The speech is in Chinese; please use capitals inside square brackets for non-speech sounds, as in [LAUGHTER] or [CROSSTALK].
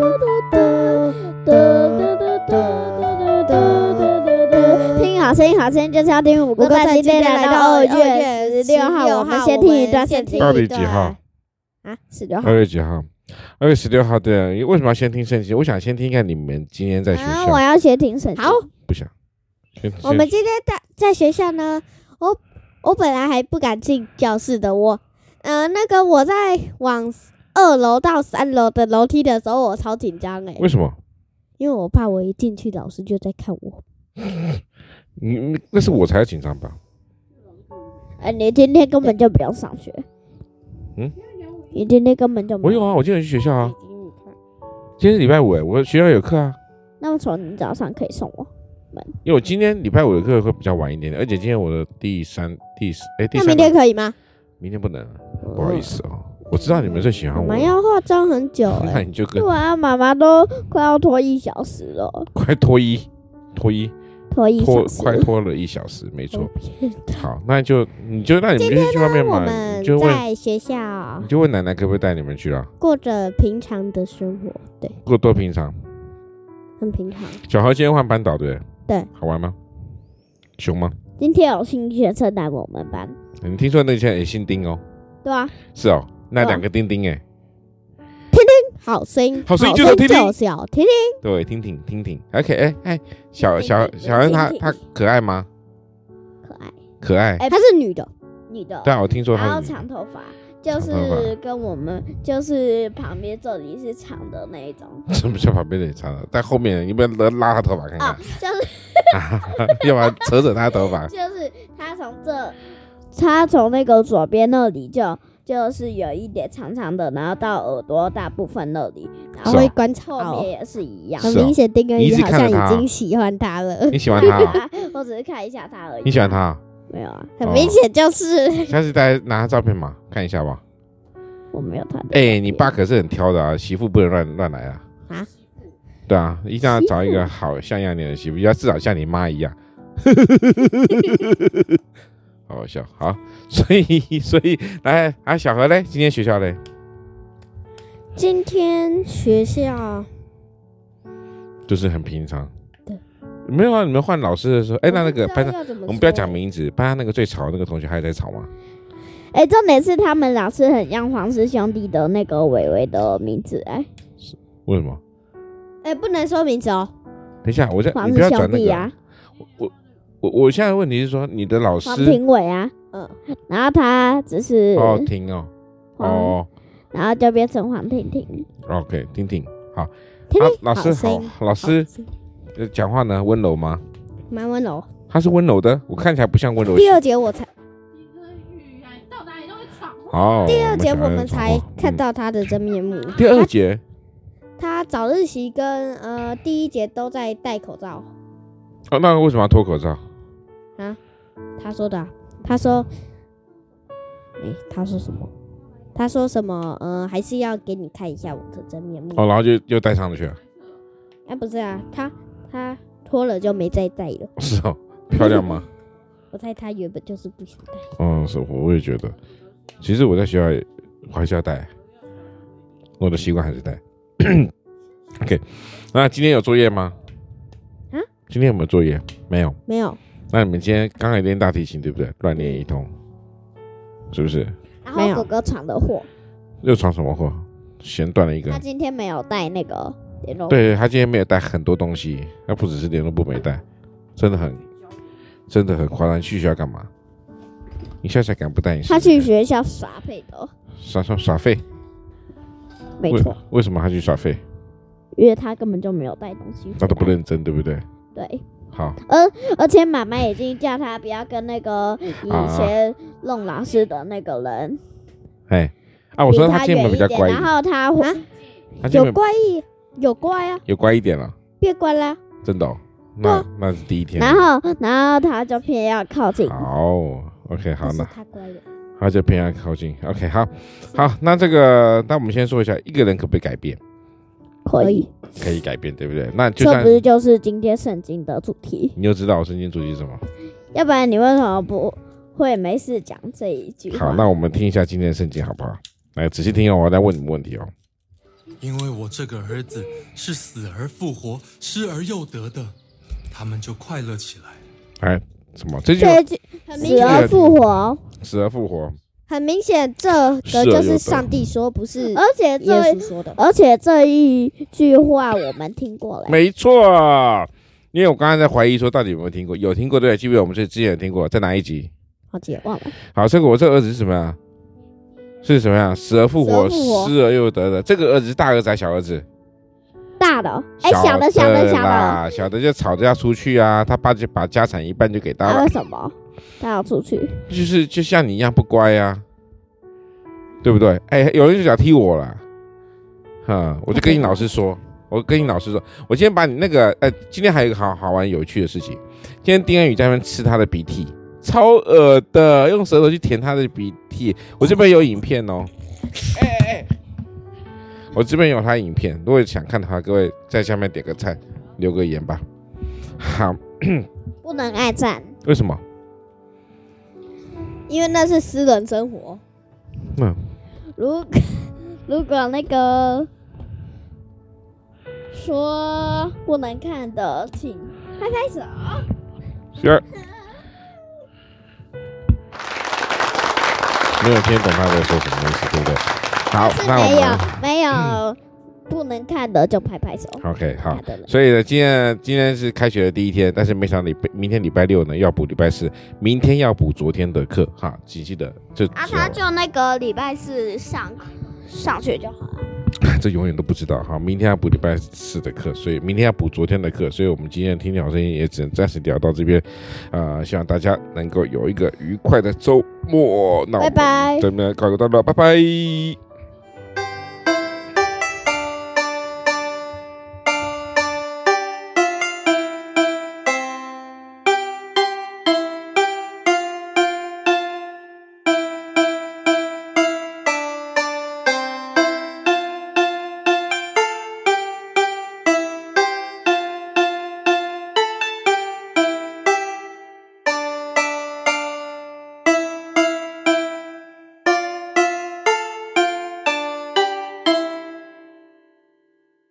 嗯听好声音，好声音就是要听五五个个在在今今天天来来到到二二月月十十六六号，号我我们们先先听听一一段段圣圣经经啊对16啊号。对二月几号？十六号二月几号？二月十六号。对啊，因为为什么要先听圣经？我想先听一下你们今天在学啊，我校，要先听圣经。好，不想。先我们今天在在学校呢，我我本来还不敢进教室的，我，呃，那个我在往二楼到三楼的楼梯的时候，我超紧张哎先，为什么？因为我怕我一进去，老师就在看我。你你那是我才紧张吧？哎，你今天根本就不用上学。嗯，你今天根本就我没有有。啊，我今天有去学校啊，你看，今天是礼拜五哎，我学校有课啊，那么从你早上可以送我。因为我今天礼拜五的课会比较晚一点点，而且今天我的第三、第四哎第那三明堂，天可以吗？明天不能啊，不好意。思哦，我知道你们最喜欢我我们，要化妆很久 [LAUGHS] 那哎、你就跟对啊，妈妈都快要拖一小时了，快脱衣，脱衣拖一脱小时。快脱了一小时，没错。好，那就你就那你们就去外面我买，们你就问在学校你就问奶奶可不可以带你们去啊？过着平常的生活，对，过多平常。很平常。小何今天换班导对不对？对。好玩吗？熊吗？今天有新学生来我们班，你听说那些也姓丁哦？对啊，是哦，那对啊两个丁丁哎、好声音，好声音音就是听听就是要听听。对，婷婷婷婷，OK，哎、哎，小婷婷小小恩她婷婷她可爱吗？可爱，可爱，哎，她是女的，女的，对啊，我听说然她后是女的长头发，就长头是跟我们就是旁边这里是长的那一种什么叫旁边的也长了，在后面你不要拉拉她头发看看啊，，就是。要不然扯扯她头发就是她从这，她从那个左边那里就。就是有一点长长的，然后到耳朵大部分那里，然是后哦会观察后哦面。也是一样。很 [LAUGHS] 是哦明显，丁恩你一宇直好看像着他啊已经喜欢他了，你喜欢她哦、啊我只是看一下他而已。你喜欢她哦、没有啊，很明显就是下次再拿她照片嘛，看一下吧。 [LAUGHS] 我没有他的。哎、你爸可是很挑的啊，媳妇不能乱乱来啊。啊？对啊，一定要找一个好像样点的媳妇，要至少像你妈一样。 [LAUGHS] 好好笑，好，所以所以来啊，小何嘞，今天学校嘞，今天学校就是很平常。对，没有啊，你们换老师的时候，哎、那那个班上，上我们不要讲。名字，班上那个最吵的那个同学还在吵吗？哎、重点是他们老师很像黄氏兄弟的那个伟伟的名字哎、为什么？哎，不能说名字哦。等一下，我在，黄你不氏要转兄那弟个。啊，我我现在的问题是说，你的老师黄庭伟啊，嗯，然后他只是哦，停哦，黄，哦然后就变成黄婷婷。 ，OK，听听，好，听啊听，老师声好音，老师呃讲话呢温柔吗？蛮温柔。他是温柔的，我看起来不像温柔。第二节我才，哦，第二节小孩我们子才哦看、嗯到他的真面目。第二节他早自习跟呃第一节都在戴口罩，哦，那为什么要脱口罩？哦他说的啊、他说，哎、他说什么？他说什么？呃，还是要给你看一下我的真面目。哎、哦，然后就又戴上了去了，不是啊，他他脱了就没再戴了。是哦，漂亮 [LAUGHS] 吗？我猜他原本就是不想戴。嗯，是，我我也觉得，其实我在学校也我还是要戴，我的习惯还是戴。OK，那今天有作业吗？啊？今天有没有作业？没有。没有，那你们今天刚才练大提琴对不对？乱练一通，是不是？然没后有哥哥闯的祸，又闯什么祸？弦断了一根他。今天没有带那个联络。对他今天没有带很多东西，那不只是联络部没带，真的很，真的很夸张。你去学校干嘛？你下次还敢不带你试试他看？去学校耍废的，哦耍耍耍废？没为错，为什么他去耍废？因为他根本就没有带东西回来。他都不认真，对不对？对，好，而且妈妈已经叫他不要跟那个啊以前弄老师的那个人哎，啊，我说离他他今天有远没一有比较点，乖一然点，后他啊他今有天有没有怪异，有怪啊，有乖一点了，变乖啦、真的哦。那那是第一天。然后，然后他就偏要靠近。好，OK，好，但是那他乖的，他就偏要靠近。OK，好，好，那这个，那我们先说一下，一个人可不可以改变？可以，可以改变，对不对？那就这算嗯不是就是今天圣经的主题？你就知道我圣经主题是什么。要不然你为什么不会没事讲这一句好，话？那我们听一下今天的圣经好不好？来，仔细听哦，我要再问你们问题哦。因为我这个儿子是死而复活、失而又得的，他们就快乐起来。来，什么？这就这一句很明死显而复活，死而复活，很明显，这是个啊就有是的上帝说，说不是而且耶这稣说的，啊而且这一句话我们听过了，没错。因为我刚才在怀疑说到底有没有听过，有听过对不对？记不记得我们是之前有听过，在哪一集？好姐忘了。好，这个我这个儿子是什么呀？是什么呀？死而复活，死而复活失而又得的。这个儿子是大儿子还是小儿子？大的哦，哎，小的小小的小的，啦，小的就吵着要出去啊，他爸就把家产一半就给他他了为，什么？他要出去，就是就像你一样不乖啊，对不对？哎，有人就想踢我了，哼，我就跟你老师说，我跟你老师说，我今天把你那个，呃，今天还有一个好好玩有趣的事情，今天丁恩宇在那边吃他的鼻涕，超恶的，用舌头去舔他的鼻涕，我这边有影片哦，哎哎哎，我这边有他的影片，如果想看的话，各位在下面点个赞，留个言吧。好，不能爱战，为什么？因为那是私人生活。嗯，如如果那个说不能看的，请拍拍手。十二。没有听懂他在说什么意思，对不对？好，是那没有我们没有不能看的就拍拍手。 OK 好看。的人所以呢，今天今天是开学的第一天，但是没想到礼拜明天礼拜六呢要补礼拜四，明天要补昨天的课哈，请记得这啊，他就那个礼拜四上课上去就好了。 [LAUGHS] 这永远都不知道哈。明天要补礼拜四的课，所以明天要补昨天的课，所以我们今天的听听好声音也只能暂时聊到这边。呃，希望大家能够有一个愉快的周末。那拜我们拜。这边告一个段落，拜拜。